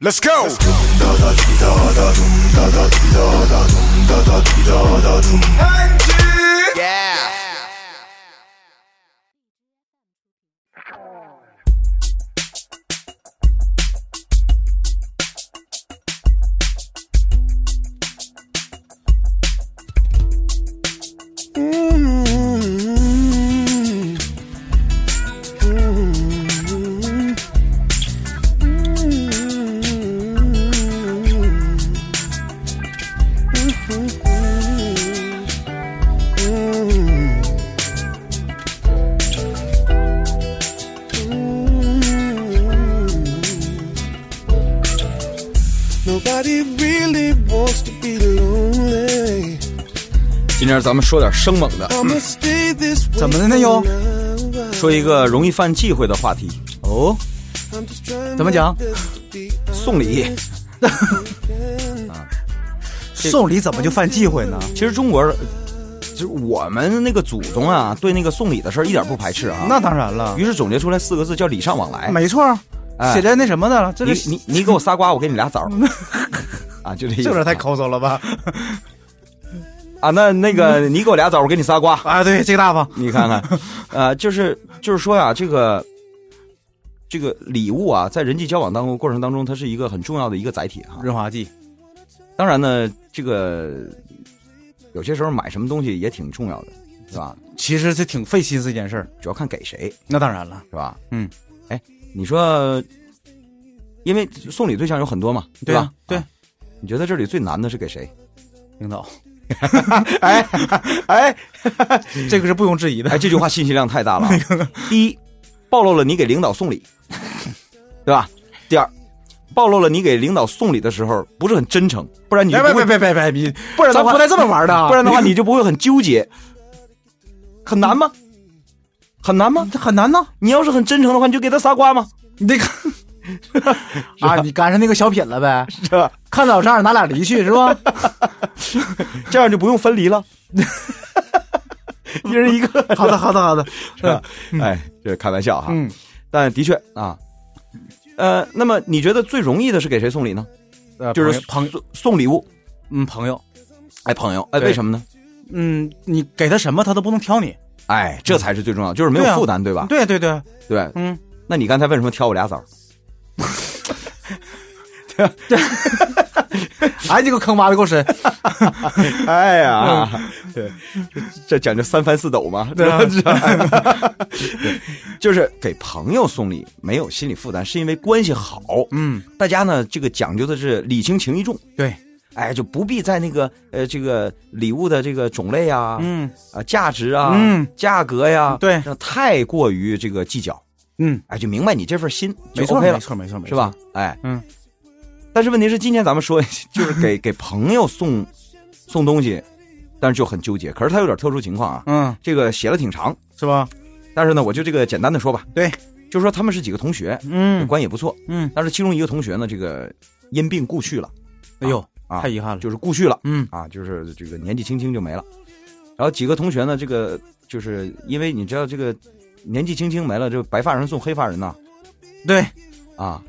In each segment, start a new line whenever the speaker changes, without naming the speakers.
Let's go.
Nobody really wants to be lonely.
今天咱们说点生猛的，
I'ma stay this way.
怎么了呢又
for now.
说一个容易犯忌讳的话题
哦，
I'm just trying
怎么讲？
my best to
——
be
送礼。
honest.
送礼怎么就犯忌讳呢？
其实中国人，就是我们那个祖宗啊，对那个送礼的事儿一点不排斥啊。
那当然了，
于是总结出来四个字叫礼尚往来。
没错儿，
哎
写在那什么的了，这
你
个
你你给我仨瓜，我给你俩枣儿。 啊，就这意思。
这有点太抠搜了吧？
啊，那那个你给我俩枣儿，我给你仨瓜。
啊，对，这个大方，
你看看， 呃，就是就是说呀、这个这个礼物啊，在人际交往当中过程当中，它是一个很重要的一个载体啊哈、
润滑剂，
当然呢，这个有些时候买什么东西也挺重要的，是吧？
其实这挺费心思一件事儿。
主要看给谁，
那当然了，
是吧？
嗯，
哎，你说，因为送礼对象有很多嘛，
对
吧
吧？？对
啊，你觉得这里最难的是给谁？
领 导，哎哎，这个是不容置疑的。
哎，这句话信息量太大了 啊。第一，暴露了你给领导送礼， 对吧？第二，暴露了你给领导送礼的时候不是很真诚，不然你就
别
不会
别哎别别别别，你
不然的
咱
话
不带这么玩的啊，
不然的话你就不会很纠结。很难吗？很难吗？
这很难呢。
你要是很真诚的话，你就给他仨瓜吗？
你那个 啊，你赶上那个小品了呗？
是吧？
看老丈人拿俩梨去是 吧？
这样就不用分离了，一人一个。
好的好的好的，
是吧？哎，这开玩笑哈。
嗯，
但的确啊，呃，那么你觉得最容易的是给谁送礼呢？
呃
就是
朋友
送送礼物，
嗯朋友
哎，朋友，哎，
对
为什么呢？
嗯，你给他什么他都不能挑你。
哎，这才是最重要，就是没有
对啊
负担，对吧？
对对对，
对，
嗯，
那你刚才为什么挑我俩枣儿？
哎，你给我坑挖的够深。
哎呀，对，这讲究三翻四抖嘛，
嗯对啊
是吧？对 就是给朋友送礼没有心理负担，是因为关系好，
嗯，
大家呢这个讲究的是礼轻情意重，
对，
哎，就不必在那个呃这个礼物的这个种类啊，
嗯
啊价值啊，
嗯，
价格呀，
对
那太过于这个计较，
嗯，
哎，就明白你这份心就
没错
OK
没
了，
错没错没错，
是吧？？哎，
嗯。
但是问题是，今天咱们 说 就是给给朋友送送东西，但是就很纠结。可是他有点特殊情况啊，
嗯，
这个写的挺长，
是吧？
但是呢，我就这个简单的说吧。
对，
就是说他们是几个同学，
嗯
关系也不错，
嗯，
但是其中一个同学呢，这个因病故去了，
哎呦，
啊
太遗憾了。
就是故去了。
嗯
啊，就是这个年纪轻轻就没了。然后几个同学呢，这个就是因为你知道这个年纪轻轻没了，这白发人送黑发人呐
对，
啊，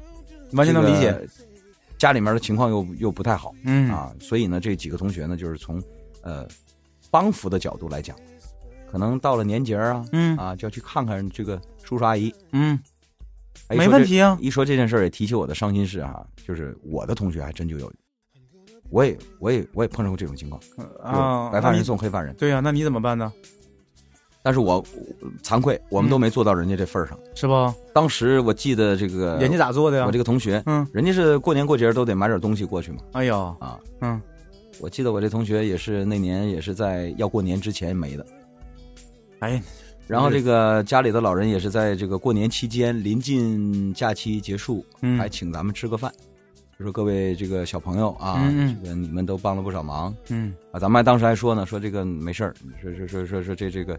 完全能理解。。
家里面的情况又又不太好
嗯
啊，所以呢，这几个同学呢，就是从呃帮扶的角度来讲，可能到了年节儿啊
嗯
啊，就要去看看这个叔叔阿姨。
嗯，
哎
没问。题啊。
一说这一说这件事儿，也提起我的伤心事哈、就是我的同学还真就有，我也我也我也碰上过这种情况，
啊，
白发
那
人
你
送黑发人。
对呀，那你怎么办呢？
但是我我惭愧，我们
嗯
都没做到人家这份儿上。
是吧？
当时我记得这个
人家咋做的呀
呃我这？个同学，
嗯，
人家是过年过节都得买点东西过去嘛
哎呦，
啊。
嗯，
我记得我这同学也是那年也是在要过年之前没的，
哎，
然后这个家里的老人也是在这个过年期间临近假期结束，
嗯
还请咱们吃个饭，就说各位这个小朋友啊，
嗯嗯
这个你们都帮了不少忙
嗯，
啊。咱们还当时还说呢，说这个没事儿，说说说说说这这个，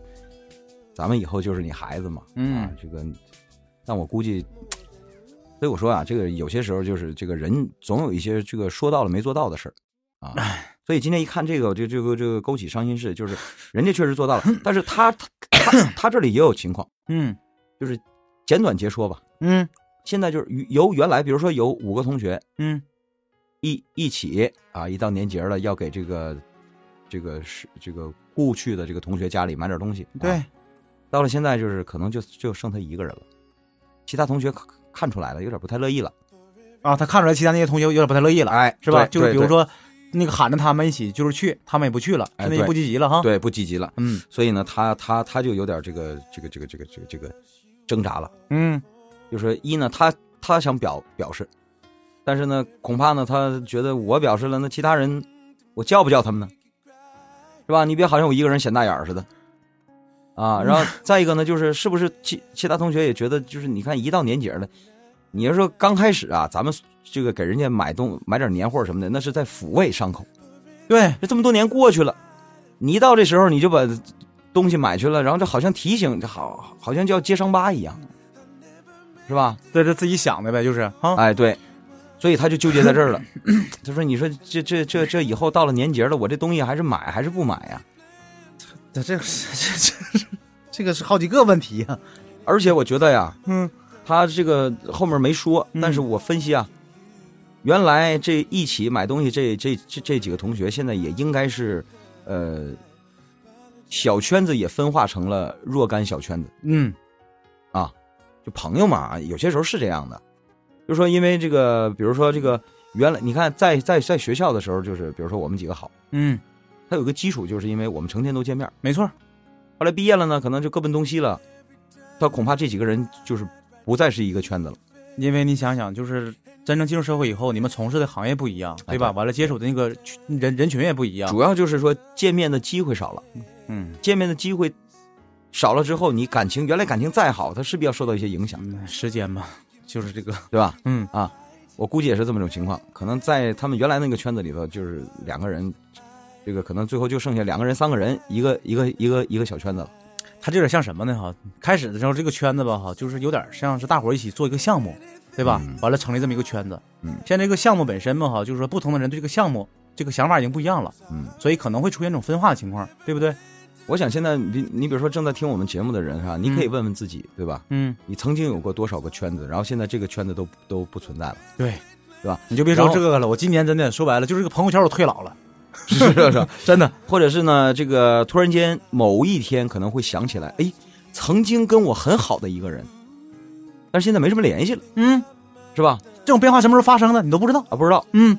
咱们以后就是你孩子嘛，
嗯
啊，这个，但我估计。所以我说啊，这个有些时候就是这个人总有一些这个说到了没做到的事儿啊。所以今天一看这个，这这个这个勾起伤心事，就是人家确实做到了，但是他他他他这里也有情况，
嗯
简短截说吧。
嗯，
现在就是由原来，比如说有五个同学
嗯
一一起啊，一到年节了要给这个这个是这个故去的这个同学家里买点东西，啊
对，
到了现在，就是可能就就剩他一个人了，其他同学看看出来了，有点不太乐意了。
啊，他看出来其他那些同学有点不太乐意了，
哎
是吧？
对
就是
对
比如
对
说那个喊着他们一起就是去，他们也不去了，
哎
现在也不积极了哈。
对，不积极了。
嗯
所以呢，他他他就有点这个这个这个这个这个这个挣扎了。
嗯
就说一呢，他他想表表示，但是呢，恐怕呢，他觉得我表示了，那其他人我叫不叫他们呢？是吧？你别好像我一个人显大眼儿似的。啊，然后再一个呢，就是是不是其其他同学也觉得，就是你看一到年节了，你要说刚开始啊，咱们这个给人家买东买点年货什么的，那是在抚慰伤口。
对，
这这么多年过去了，你一到这时候你就把东西买去了，然后就好像提醒，好好像叫揭伤疤一样，是吧？
这是自己想的呗，就是哈。
哎，对，所以他就纠结在这儿 了。他说：“你说这这这这以后到了年节了，我这东西还是买还是不买呀？
这这这这这个是好几个问题呀、
而且我觉得呀，
嗯，
他这个后面没说，
嗯
但是我分析啊，原来这一起买东西这这这这几个同学，现在也应该是，呃，小圈子也分化成了若干小圈子。
嗯
就朋友嘛，有些时候是这样的，就说因为这个，比如说这个原来你看在在在学校的时候，就是比如说我们几个好。”
嗯，
它有个基础，就是因为我们成天都见面儿。
没错儿，
后来毕业了呢，可能就各奔东西了。他恐怕这几个人就是不再是一个圈子了。
因为你想想，就是真正进入社会以后，你们从事的行业不一样，
哎
对吧？
对
完了，接触的那个群人人群也不一样。
主要就是说见面的机会少了，
嗯，
见面的机会少了之后，你感情原来感情再好，它势必要受到一些影响，
嗯时间嘛，就是这个，
对吧？
嗯
啊，我估计也是这么种情况。可能在他们原来那个圈子里头，就是两个人，这个可能最后就剩下两个人、三个人，一个一个一个一个小圈子了。
它这有点像什么呢？哈，开始的时候这个圈子吧，哈，就是有点像是大伙儿一起做一个项目，对吧？
嗯
完了成立这么一个圈子。
嗯
现在这个项目本身嘛，哈，就是说不同的人对这个项目这个想法已经不一样了，
嗯，
所以可能会出现这种分化的情况，对不对？
我想现在你你比如说正在听我们节目的人哈，你可以问问自己，对吧？
嗯，
你曾经有过多少个圈子，然后现在这个圈子都都不存在了，
对，
对吧？
你就别
然
说
后
这个了，我今年真的说白了就是这个朋友圈我退老了，
是是是，
真的。
或者是呢，这个突然间某一天可能会想起来，哎，曾经跟我很好的一个人，但是现在没什么联系了，
嗯，
是吧？
这种变化什么时候发生的你都不知道。
啊，不知道
嗯，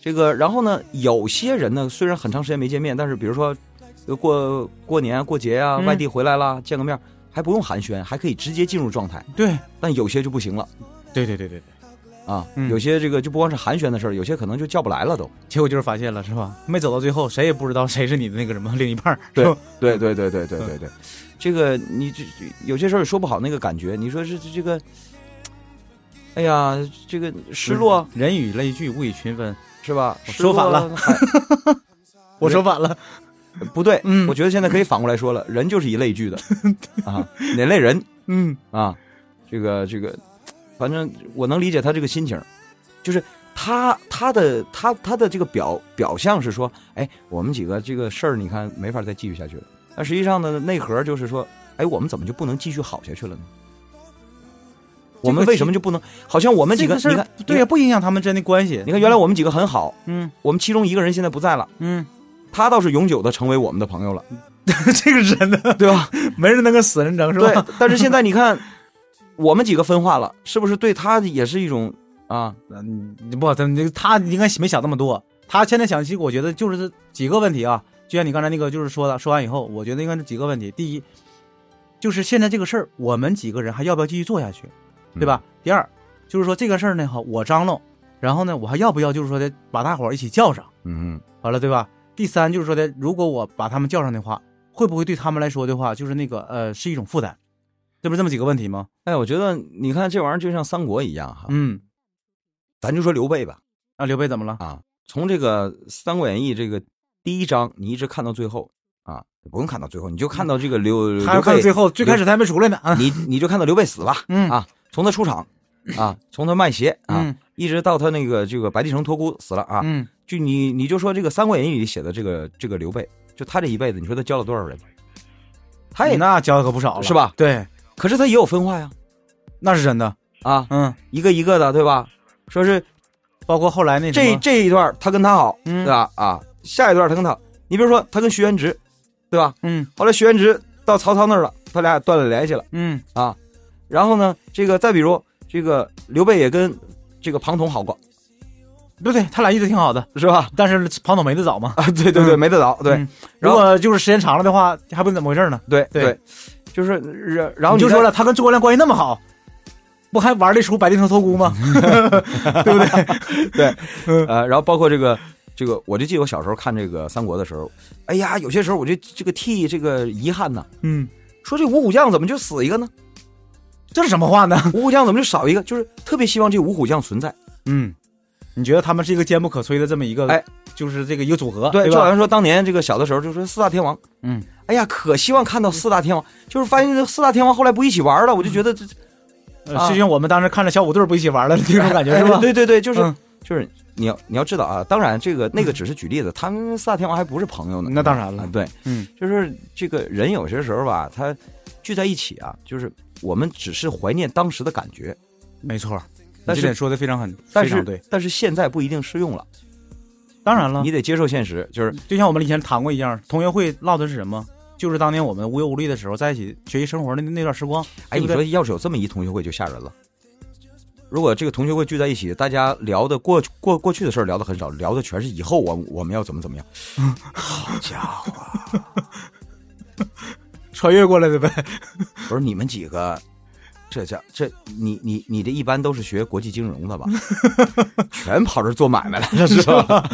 这个。然后呢，有些人呢，虽然很长时间没见面，但是比如说呃过过年啊、过节啊，
嗯
外地回来啦，见个面还不用寒暄，还可以直接进入状态。
对，
但有些就不行了
对对对对对，
啊，
嗯
有些这个就不光是寒暄的事儿，有些可能就叫不来了都。
结果就是发现了是吧？没走到最后，谁也不知道谁是你的那个什么另一半儿，
对
是吧
对对对对对对对，嗯这个你这这有些时候也说不好那个感觉，你说是这个，哎呀，这个失落
人以类聚，物以群分。
是吧？
我说反了
失落，
我说反了，
哎不对，
嗯
我觉得现在可以反过来说了，人就是一类聚 的啊，哪类人
嗯，
啊？这个这个，反正我能理解他这个心情，就是他他的他他的这个表表象是说，哎，我们几个这个事儿你看没法再继续下去了，但实际上呢，内核就是说，哎，我们怎么就不能继续好下去了呢？我们为什么就不能？好像我们几
这
个，
个事
你看
儿，对呀，不影响他们真的关系。
你看，原来我们几个很好，
嗯
我们其中一个人现在不在了，
嗯，
他倒是永久的成为我们的朋友了，
这个真的
对吧？
没人能跟死人争是吧？
对，但是现在你看，我们几个分化了，是不是对他也是一种啊？
嗯，不，他那个他应该没想那么多，他现在想起，我觉得就是几个问题啊，就像你刚才那个就是说的，说完以后，我觉得应该是几个问题。第一，就是现在这个事儿，我们几个人还要不要继续做下去，对
嗯
吧？第二，就是说这个事儿呢，哈，我张罗，然后呢，我还要不要就是说的把大伙儿一起叫上，
嗯？嗯，
完了对吧？第三，就是说的，如果我把他们叫上的话，会不会对他们来说的话，就是那个呃，是一种负担？这不是这么几个问题吗？
哎，我觉得你看这玩意儿就像三国一样哈，
嗯，
咱就说刘备吧，
啊，刘备怎么了？
啊，从这个《三国演义》这个第一章，你一直看到最后啊，不用看到最后，你就看到这个刘
他要
刘
看到
备
最，后，最开始他还没出来呢啊，
你你就看到刘备死了
嗯
啊，从他出场啊，从他卖鞋啊，
嗯
一直到他那个这个白帝城托孤死了啊，
嗯。
就你你就说这个《三国演义》里写的这个这个刘备，就他这一辈子，你说他交了多少人？他也
那交的可不少了，
哎是吧？
对，
可是他也有分化呀
那是真的。
啊，
嗯，
一个一个的，对吧？说是
包括后来那什
这
么
这一段他跟他好，
嗯
对吧？啊，下一段他跟他，你比如说他跟徐元直，对吧？
嗯
后来徐元直到曹操那儿了，他俩断了联系了。
嗯
然后呢，这个再比如这个刘备也跟这个庞统好过，
对对，他俩一直挺好的，啊
是吧？
但是庞统没得早嘛。
啊，对对对，
嗯
没得倒，对、
嗯
然
如
后
果就是时间长了的话，还不怎么回事呢。
对
对
就是然然后
你就
再
说了，他跟诸葛亮关系那么好，不还玩得出白帝城托孤吗？对不对？
呃，然后包括这个这个，我就记得我小时候看这个三国的时候，哎呀，有些时候我就这个替这个遗憾呐，
嗯，
说这五虎将怎么就死一个呢？
这是什么话呢？
五虎将怎么就少一个？就是特别希望这五虎将存在。
嗯，你觉得他们是一个坚不可摧的这么一个，
哎，
就是这个一个组合，
对，
啊对
就好
吧？
像说当年这个小的时候就说四大天王，
嗯，
哎呀，可希望看到四大天王，就是发现这四大天王后来不一起玩了，我就觉得这
呃是因为我们当时看着小虎队儿不一起玩了，这种感觉是吧
啊哎？对对对，就是、
嗯
就是你要你要知道啊，当然这个那个只是举例子，他们四大天王还不是朋友呢。
那当然了
啊对，
嗯，
就是这个人有些时候吧，他聚在一起啊，就是我们只是怀念当时的感觉，
没错，
但
你这
是
点说的非常很，
但
非常
是
对。啊
但是现在不一定适用了。
当然了
你，得接受现实，就是
就像我们以前谈过一样，同学会唠的是什么？就是当年我们无忧无虑的时候，在一起学习生活的那那段时光。
哎，你
对不对
说要是有这么一同学会就吓人了。如果这个同学会聚在一起，大家聊的过过过去的事儿聊的很少，聊的全是以后我我们要怎么怎么样。好家伙！
穿越过来 的呗。
不是你们几个，这家这你你你这一般都是学国际金融 的吧？全跑这儿做买卖来了是吧？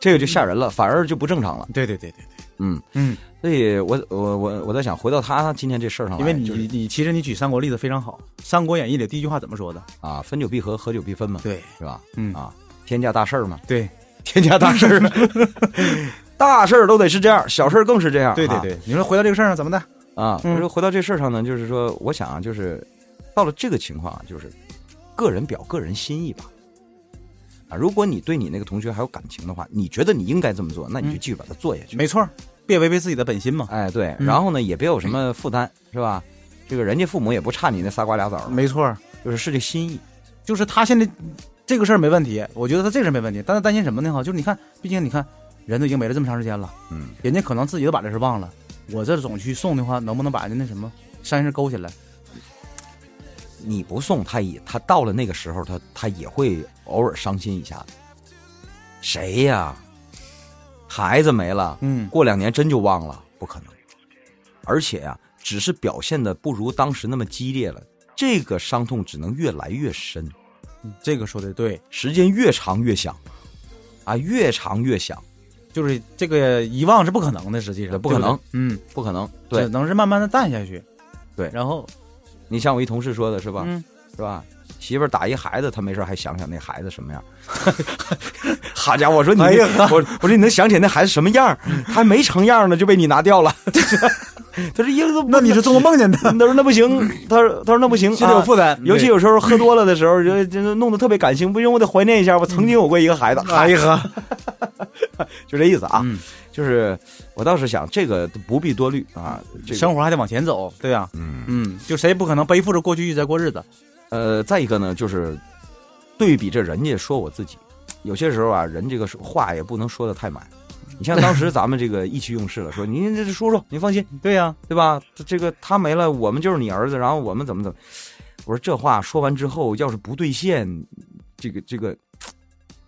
这个就吓人
嗯
了，反而就不正常了。
对对对对，
嗯
嗯，
所以我我我我在想，回到他今天这事儿上来，
因为你、
就是
你其实你举三国例子非常好，《三国演义》里第一句话怎么说的？
啊，分久必合，合久必分嘛，
对，
是吧？
嗯
啊，天价大事儿嘛，
对
天价大事儿，大事儿都得是这样，小事儿更是这样。
对对
啊
对，你说回到这个事儿上怎么的？
啊，
嗯
我说回到这事儿上呢，就是说，我想啊，就是到了这个情况啊，就是个人表个人心意吧。啊，如果你对你那个同学还有感情的话，你觉得你应该这么做，那你就
嗯
继续把它做下去。
没错儿，别违背自己的本心嘛。
哎，对，
嗯
然后呢，也别有什么负担，是吧？这个人家父母也不差你那仨瓜俩枣儿的，
没错儿，
就是是这心意。
就是他现在这个事儿没问题，我觉得他这个事儿没问题，但是担心什么呢？哈，就是你看，毕竟你看人都已经没了这么长时间了，
嗯，
人家可能自己都把这事儿忘了，我这总去送的话，能不能把人家那什么山事勾起来？
你不送他也，他到了那个时候，他他也会偶尔伤心一下的。谁呀？孩子没了，
嗯，
过两年真就忘了，不可能。而且呀、只是表现的不如当时那么激烈了，这个伤痛只能越来越深，
这个说的对，
时间越长越想，啊，越长越想，
就是这个遗忘是不可能的，实际上
不可能
对对嗯，
不可能。
只
对
能是慢慢的淡下去。
对
然后
你像我一同事说的是吧，
嗯，
是吧？媳妇儿打一孩子，他没事儿还想想那孩子什么样。 好家伙，我说你，
哎呀
我我说你能想起那孩子什么样儿？他还没成样儿呢，就被你拿掉了。 他说一个都不
那你是做梦见的，
他说那不行，他说他说那不行，啊
心里有负担，
尤其有时候喝多了的时候，就就弄得特别感性，不行，我得怀念一下，我曾经有过一个孩 子，
喝一喝
就这意思啊。
嗯
就是我倒是想，这个不必多虑啊。这个，
生活还得往前走，对吧？
嗯，
嗯，就谁也不可能背负着过去一直在过日子。
呃，再一个呢，就是对比着人家说我自己，有些时候啊，人这个话也不能说的太满。你像当时咱们这个意气用事了，说您这是叔叔，您放心，
对呀、
对吧？这个他没了，我们就是你儿子，然后我们怎么怎么。我说这话说完之后，要是不兑现，这个这个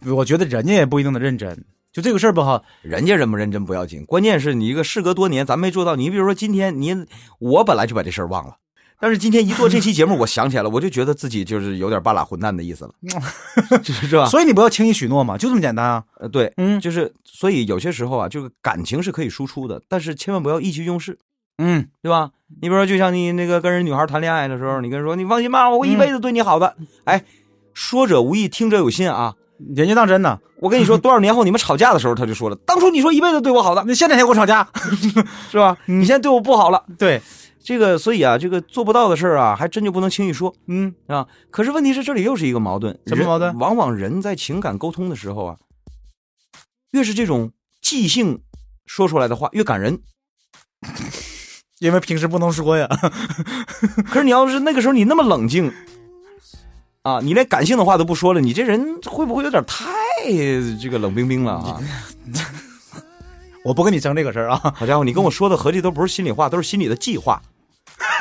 我觉得人家也不一定的认真。就这个事儿吧，哈，
人家认不认真不要紧，关键是你一个事隔多年，咱没做到。你比如说今天你，我本来就把这事儿忘了，但是今天一做这期节目，我想起来了，我就觉得自己就是有点半拉混蛋的意思了，是吧？
所以你不要轻易许诺嘛，就这么简单啊。
呃，对，
嗯
就是所以有些时候啊，就是感情是可以输出的，但是千万不要意气用事，
嗯，
对吧？你比如说，就像你那个跟人女孩谈恋爱的时候，你跟人说你放心吧，我会一辈子对你好的，哎，说者无意，听者有心啊。
人嗯家当真呢，
我跟你说，多少年后你们吵架的时候，他就说了，当初你说一辈子对我好的，
那现在还跟我吵架？
是吧？你现在对我不好了。
对，
这个，所以啊，这个做不到的事儿啊，还真就不能轻易说
嗯，
啊。可是问题是，这里又是一个矛盾，
什么矛盾
人往往人在情感沟通的时候啊，越是这种即兴说出来的话越感人。
因为平时不能说呀。
可是你要是那个时候你那么冷静，啊，你连感性的话都不说了，你这人会不会有点太这个冷冰冰了啊？
我不跟你争这个事儿 啊。
好家伙，你跟我说的合计都不是心里话，都是心里的计划，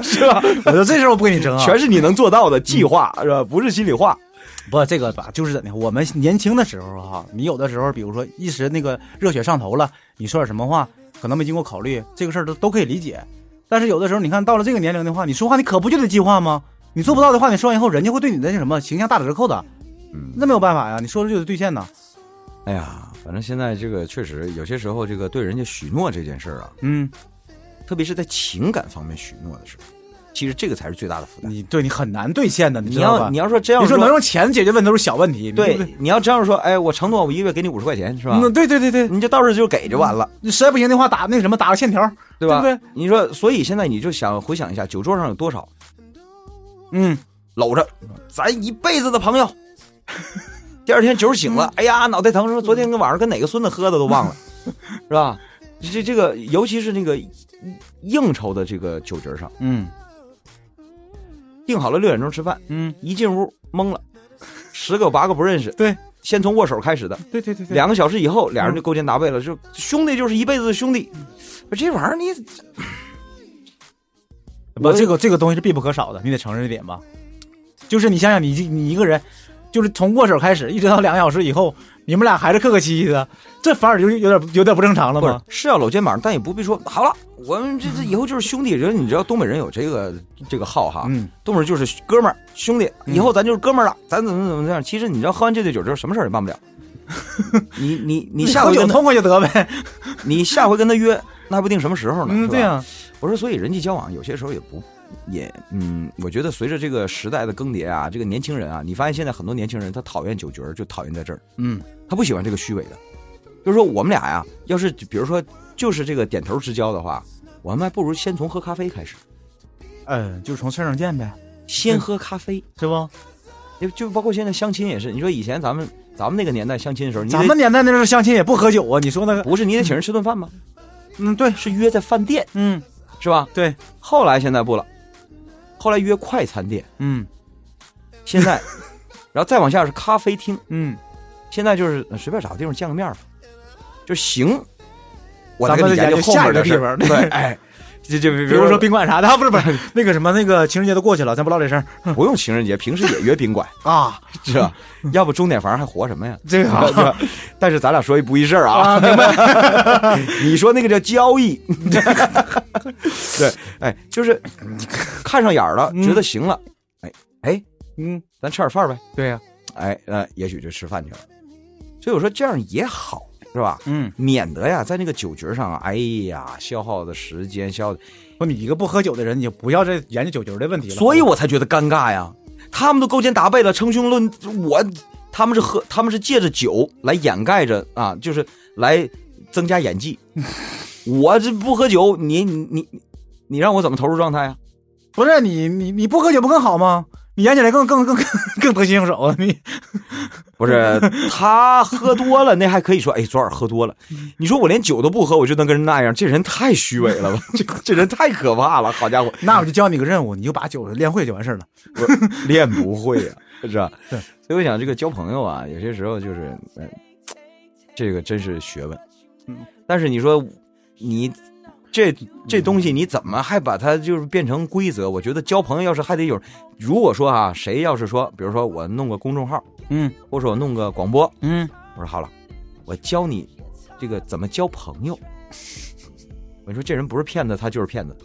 是吧？
我说这事儿我不跟你争啊。
全是你能做到的计划，是吧？不是心里话。
不，这个吧，就是怎的？我们年轻的时候哈、你有的时候，比如说一时那个热血上头了，你说点什么话，可能没经过考虑，这个事儿都都可以理解。但是有的时候，你看到了这个年龄的话，你说话你可不就得计划吗？你做不到的话，你说完以后，人家会对你的那什么形象打折扣的，
嗯，
那没有办法呀，你说了就得兑现呐。
哎呀，反正现在这个确实有些时候，这个对人家许诺这件事儿啊，
嗯，
特别是在情感方面许诺的事儿，其实这个才是最大的负担。
你对你很难兑现的，
你
知道
要
吧？
你要说真要
你说能用钱解决问题都是小问题，
对
你不，
你要真要说，哎，我承诺我一个月给你五十块钱，是吧？
嗯，对对对对，
你这到时候就给就完了，
你实在不行的话打那什么打个欠条，
对吧？
嗯对不
你说，所以现在你就想回想一下，酒桌上有多少
嗯，
搂着，咱一辈子的朋友。第二天酒醒了，哎呀，脑袋疼，说昨天跟晚上跟哪个孙子喝的都忘了，是吧？这这个，尤其是那个应酬的这个酒局上，
嗯
定好了六点钟吃饭，
嗯，
一进屋懵了，十个有八个不认识。
对，
先从握手开始的，
对对对对，嗯
两个小时以后，俩人就勾肩搭背了，就兄弟就是一辈子的兄弟。不这玩意儿你
不，这个这个东西是必不可少的，你得承认这点吧。就是你想想你，你你一个人，就是从握手开始，一直到两个小时以后，你们俩还是客客气气的，这反而就有点有点不正常了
不是
吗？
是要搂肩膀，但也不必说好了，我们这这以后就是兄弟。人你知道东北人有这个这个号哈，
嗯，
东北人就是哥们儿兄弟，
嗯
以后咱就是哥们儿了，咱怎么怎么这样？其实你知道喝完这醉酒之后，什么事儿也办不 了。你你你下
喝
回
酒
跟他
痛快就得呗。
你下回跟他约，那还不定什么时候呢。
嗯，
是吧
对呀、
我说，所以人际交往有些时候也不也嗯，我觉得随着这个时代的更迭啊，这个年轻人啊，你发现现在很多年轻人他讨厌酒局儿，就讨厌在这儿，
嗯
他不喜欢这个虚伪的。就是说，我们俩呀、要是比如说就是这个点头之交的话，我们还不如先从喝咖啡开始，
嗯、就是从身上见呗，嗯
先喝咖啡。
是不？
就就包括现在相亲也是，你说以前咱们咱们那个年代相亲的时候，你得
咱们年代那时候相亲也不喝酒啊，你说那个，
不是你得请人吃顿饭吗？
嗯，对，
是约在饭店
嗯
是吧？
对，
后来现在不了，后来约快餐店，
嗯
现 在，然后再往下是咖啡厅。
嗯，
现在就是呃随便找个地方见个面吧，就行。我再
咱
跟
们
你
再
研
研
究
究
后
下
面
一个
的
地
事
方
儿。
对
对，哎，这这比
比如说宾馆啥的，啊不是不 是，那个什么，那个情人节都过去了，咱不唠这事儿
不用情人节，平时也约宾馆，
啊，
是吧？要不钟点房还活什么呀？
这个
是
啊
吧但是咱俩说一不一事儿啊，
啊，明白，
你说那个叫交 易，对，哎，就是看上眼儿了，
嗯
觉得行了，哎哎，
嗯，
咱吃点饭呗，
对呀、
哎，呃，也许就吃饭去了。所以我说这样也好，是吧？
嗯。
免得呀，在那个酒局上啊，哎呀，消耗的时间，消耗的，
不，你一个不喝酒的人，你就不要再研究酒局的问题了。
所以我才觉得尴尬呀。他们都勾肩搭背了，称兄论我，他们是喝，他们是借着酒来掩盖着啊，就是来增加演技。我这不喝酒，你你你你让我怎么投入状态啊？
不是你你你不喝酒不更好吗？你演起来更更更更更得心应手啊！你
不是他喝多了，那还可以说，哎，昨晚喝多了。你说我连酒都不喝，我就能跟人那样，这人太虚伪了吧？这这人太可怕了，好家伙！
那我就教你个任务，你就把酒练会就完事儿了。
不是 练不会 呀、是吧？
对
所以我想这个交朋友啊，有些时候就是，呃、这个真是学问。
嗯，
但是你说你这这东西你怎么还把它就是变成规则？我觉得交朋友要是还得有，如果说啊，谁要是说，比如说我弄个公众号，
嗯
或者说我弄个广播，
嗯，
我说好了，我教你这个怎么交朋友。 我跟你说这人不是骗子，他就是骗子，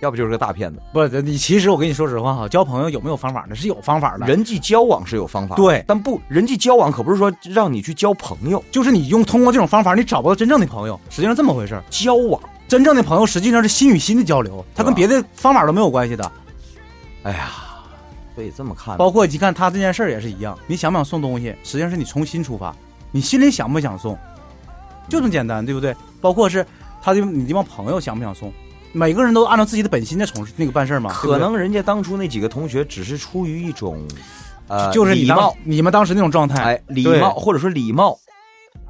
要不就是个大骗子。
不是你，其实我跟你说实话哈，交朋友有没有方法呢？是有方法的，
人际交往是有方法的，
对
但不，人际交往可不是说让你去交朋友，
就是你用通过这种方法，你找不到真正的朋友，实际上这么回事儿。
交往。
真正的朋友实际上是心与心的交流，它跟
对
别的方法都没有关系的。
哎呀，所以这么看，
包括你看他这件事儿也是一样，你想不想送东西，实际上是你从心出发，你心里想不想送，就这么简单，对不对？包括是他这你这帮朋友想不想送，每个人都按照自己的本心在从事那个办事儿嘛，对不
可
对
能人家当初那几个同学只是出于一种，呃，
就是你
礼
当
貌，
你们当时那种状态，
哎，礼
对
貌，或者说礼貌，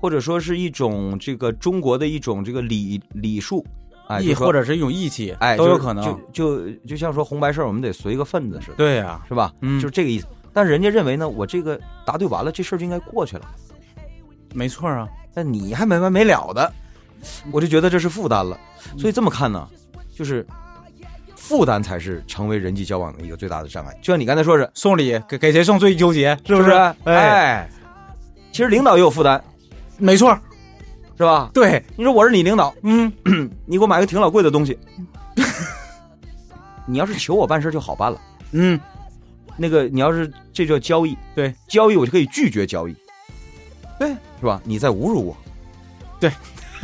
或者说是一种这个中国的一种这个礼礼数，哎，
义
就说
或者是一种义气，
哎
都
就
有
是
可能。
就就就像说红白事儿，我们得随个份子似的，
对呀，
是吧？
嗯
就是这个意思。但人家认为呢，我这个答对完了，这事儿就应该过去了。
没错啊。
但你还没完没了的，我就觉得这是负担了。所以这么看呢，就是负担才是成为人际交往的一个最大的障碍。就像你刚才说是，
送礼给给谁送最纠结，是
是
不
不
是啊
是？？，哎，其实领导也有负担，
没错，
是吧？
对，
你说我是你领导，
嗯，
你给我买个挺老贵的东西， 你要是求我办事就好办了。
嗯，
那个你要是这叫交易，
对，
交易我就可以拒绝交易，
对，
是吧？你在侮辱我，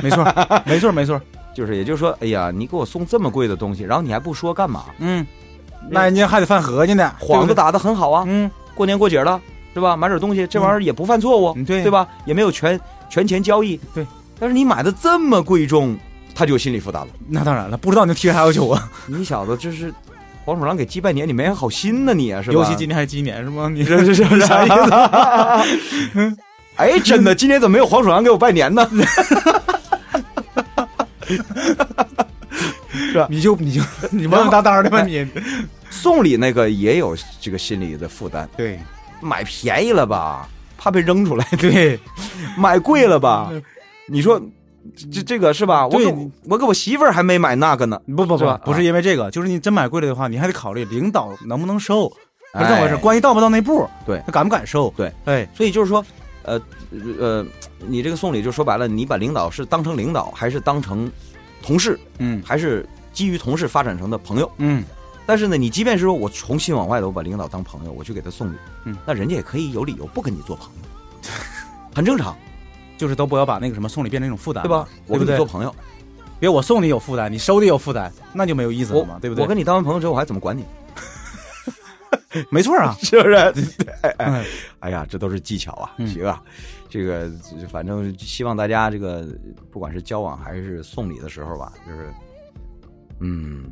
没错，没错，没错，
就是也就是说，哎呀，你给我送这么贵的东西，然后你还不说干嘛？
嗯，那人家还得犯合计呢，
幌子
对不对，
打的很好啊，
嗯，
过年过节了，是吧？买点东西，这玩意儿也不犯错误，
嗯对
对吧？也没有权权钱交易，
对。
但是你买的这么贵重，他就有心理负担了。
那当然了，不知道你提啥要求啊，
你小子这是黄鼠狼给鸡拜年，你没安好心呢，你啊是吧？
尤其今年还鸡年是吗？你
这是 是啥意思？哎，真的，今年怎么没有黄鼠狼给我拜年呢？
你就你就你稳稳当当的吧你，
送礼那个也有这个心理的负担，
对
买便宜了吧，怕被扔出来；
对
买贵了吧，你说这这个是吧？我
嗯对
给我给我媳妇儿还没买那个呢，
不不
是
不
吧，
不是因为这个，就是你真买贵了的话，你还得考虑领导能不能收，不是这么回事，
哎
关系到不到那步，
对
他敢不敢收，
对，
哎，
所以就是说，呃呃，你这个送礼就说白了，你把领导是当成领导，还是当成呃同事，
嗯
还是基于同事发展成的朋友？
嗯，
但是呢，你即便是说我从心往外的，我把领导当朋友，我去给他送礼，
嗯，
那人家也可以有理由不跟你做朋友，很正常，
就是都不要把那个什么送礼变成一种负担，
对吧？我
对
跟
不
你
对
做？朋友，
别我送你有负担，你收的有负担，那就没有意思了嘛
我，
对不对？
我跟你当完朋友之后，我还怎么管你？
没错啊，
是 不是？
嗯
哎呀，这都是技巧啊，
嗯
行啊，这个反正希望大家这个不管是交往还是送礼的时候吧，就是，嗯，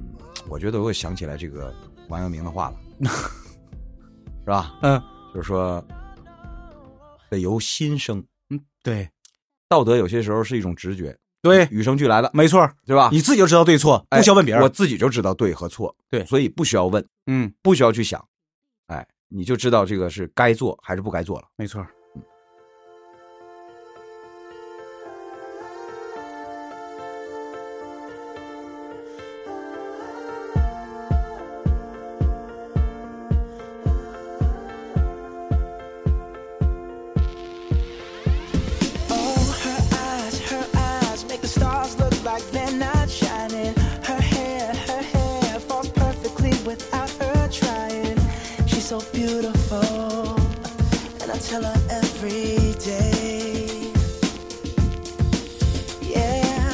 我觉得我又想起来这个王阳明的话了， 是吧？
嗯
就是说，得由心生，
对
道德有些时候是一种直觉，
对，
与生俱来的，
没错，
对吧？
你自己就知道对错，
哎
不需要问别人。
我自己就知道对和错，
对
所以不需要问，
嗯，
不需要去想，哎，你就知道这个是该做还是不该做了。
没错。
Oh, her eyes, her eyes make the stars look like they're not shining. Her hair, her hair falls perfectly without her trying. She's so beautiful, and I tell her every day. Yeah,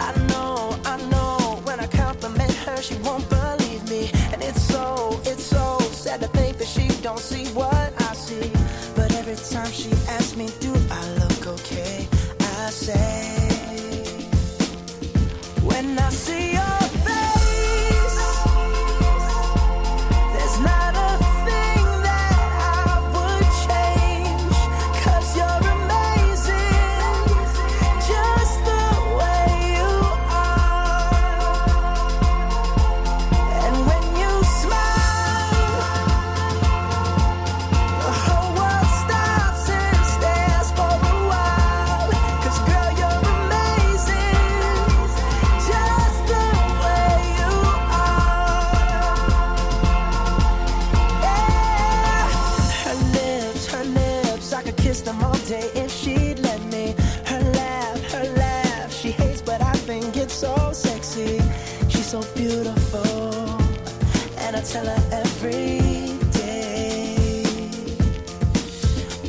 I know, I know. When I compliment her, she won't believe me. And it's so, it's so sad to think that she don't see what I see. But every time she asks me, do I look okay? I say, when I see your face, there's not a thing that I would change. you you're amazing, just the way you are. And when you smile, the whole world stops and stares for a while. 'Cause girl, you're amazing, just the way you are. Her lips, her lips, I could kiss them all day if she'd let me. Her laugh, her laugh, she hates, but I think it's so sexy. She's so beautiful, and I tell her every day.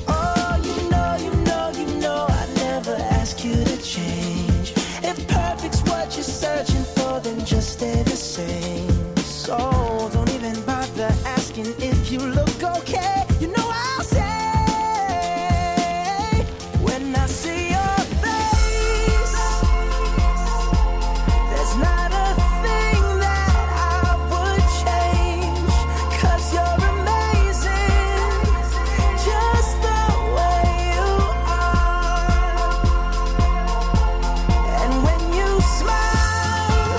Oh, you know, you know, you know, I never ask you to change. If perfect's what you're searching for, then just stay the same. So don't even bother asking if you look okay. You know I'll say when I see your face, there's not a thing that I would change. 'Cause you're amazing, just the way you are. And when you smile,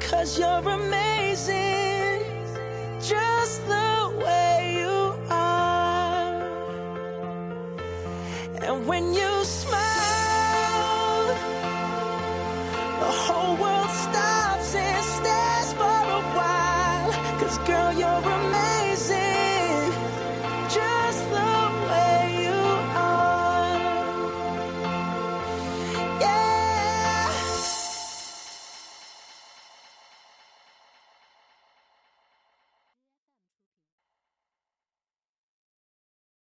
Cause you're amazing, just the way you are. And when you smile, the whole world stops and stares for a while. Cause girl, you're amazing.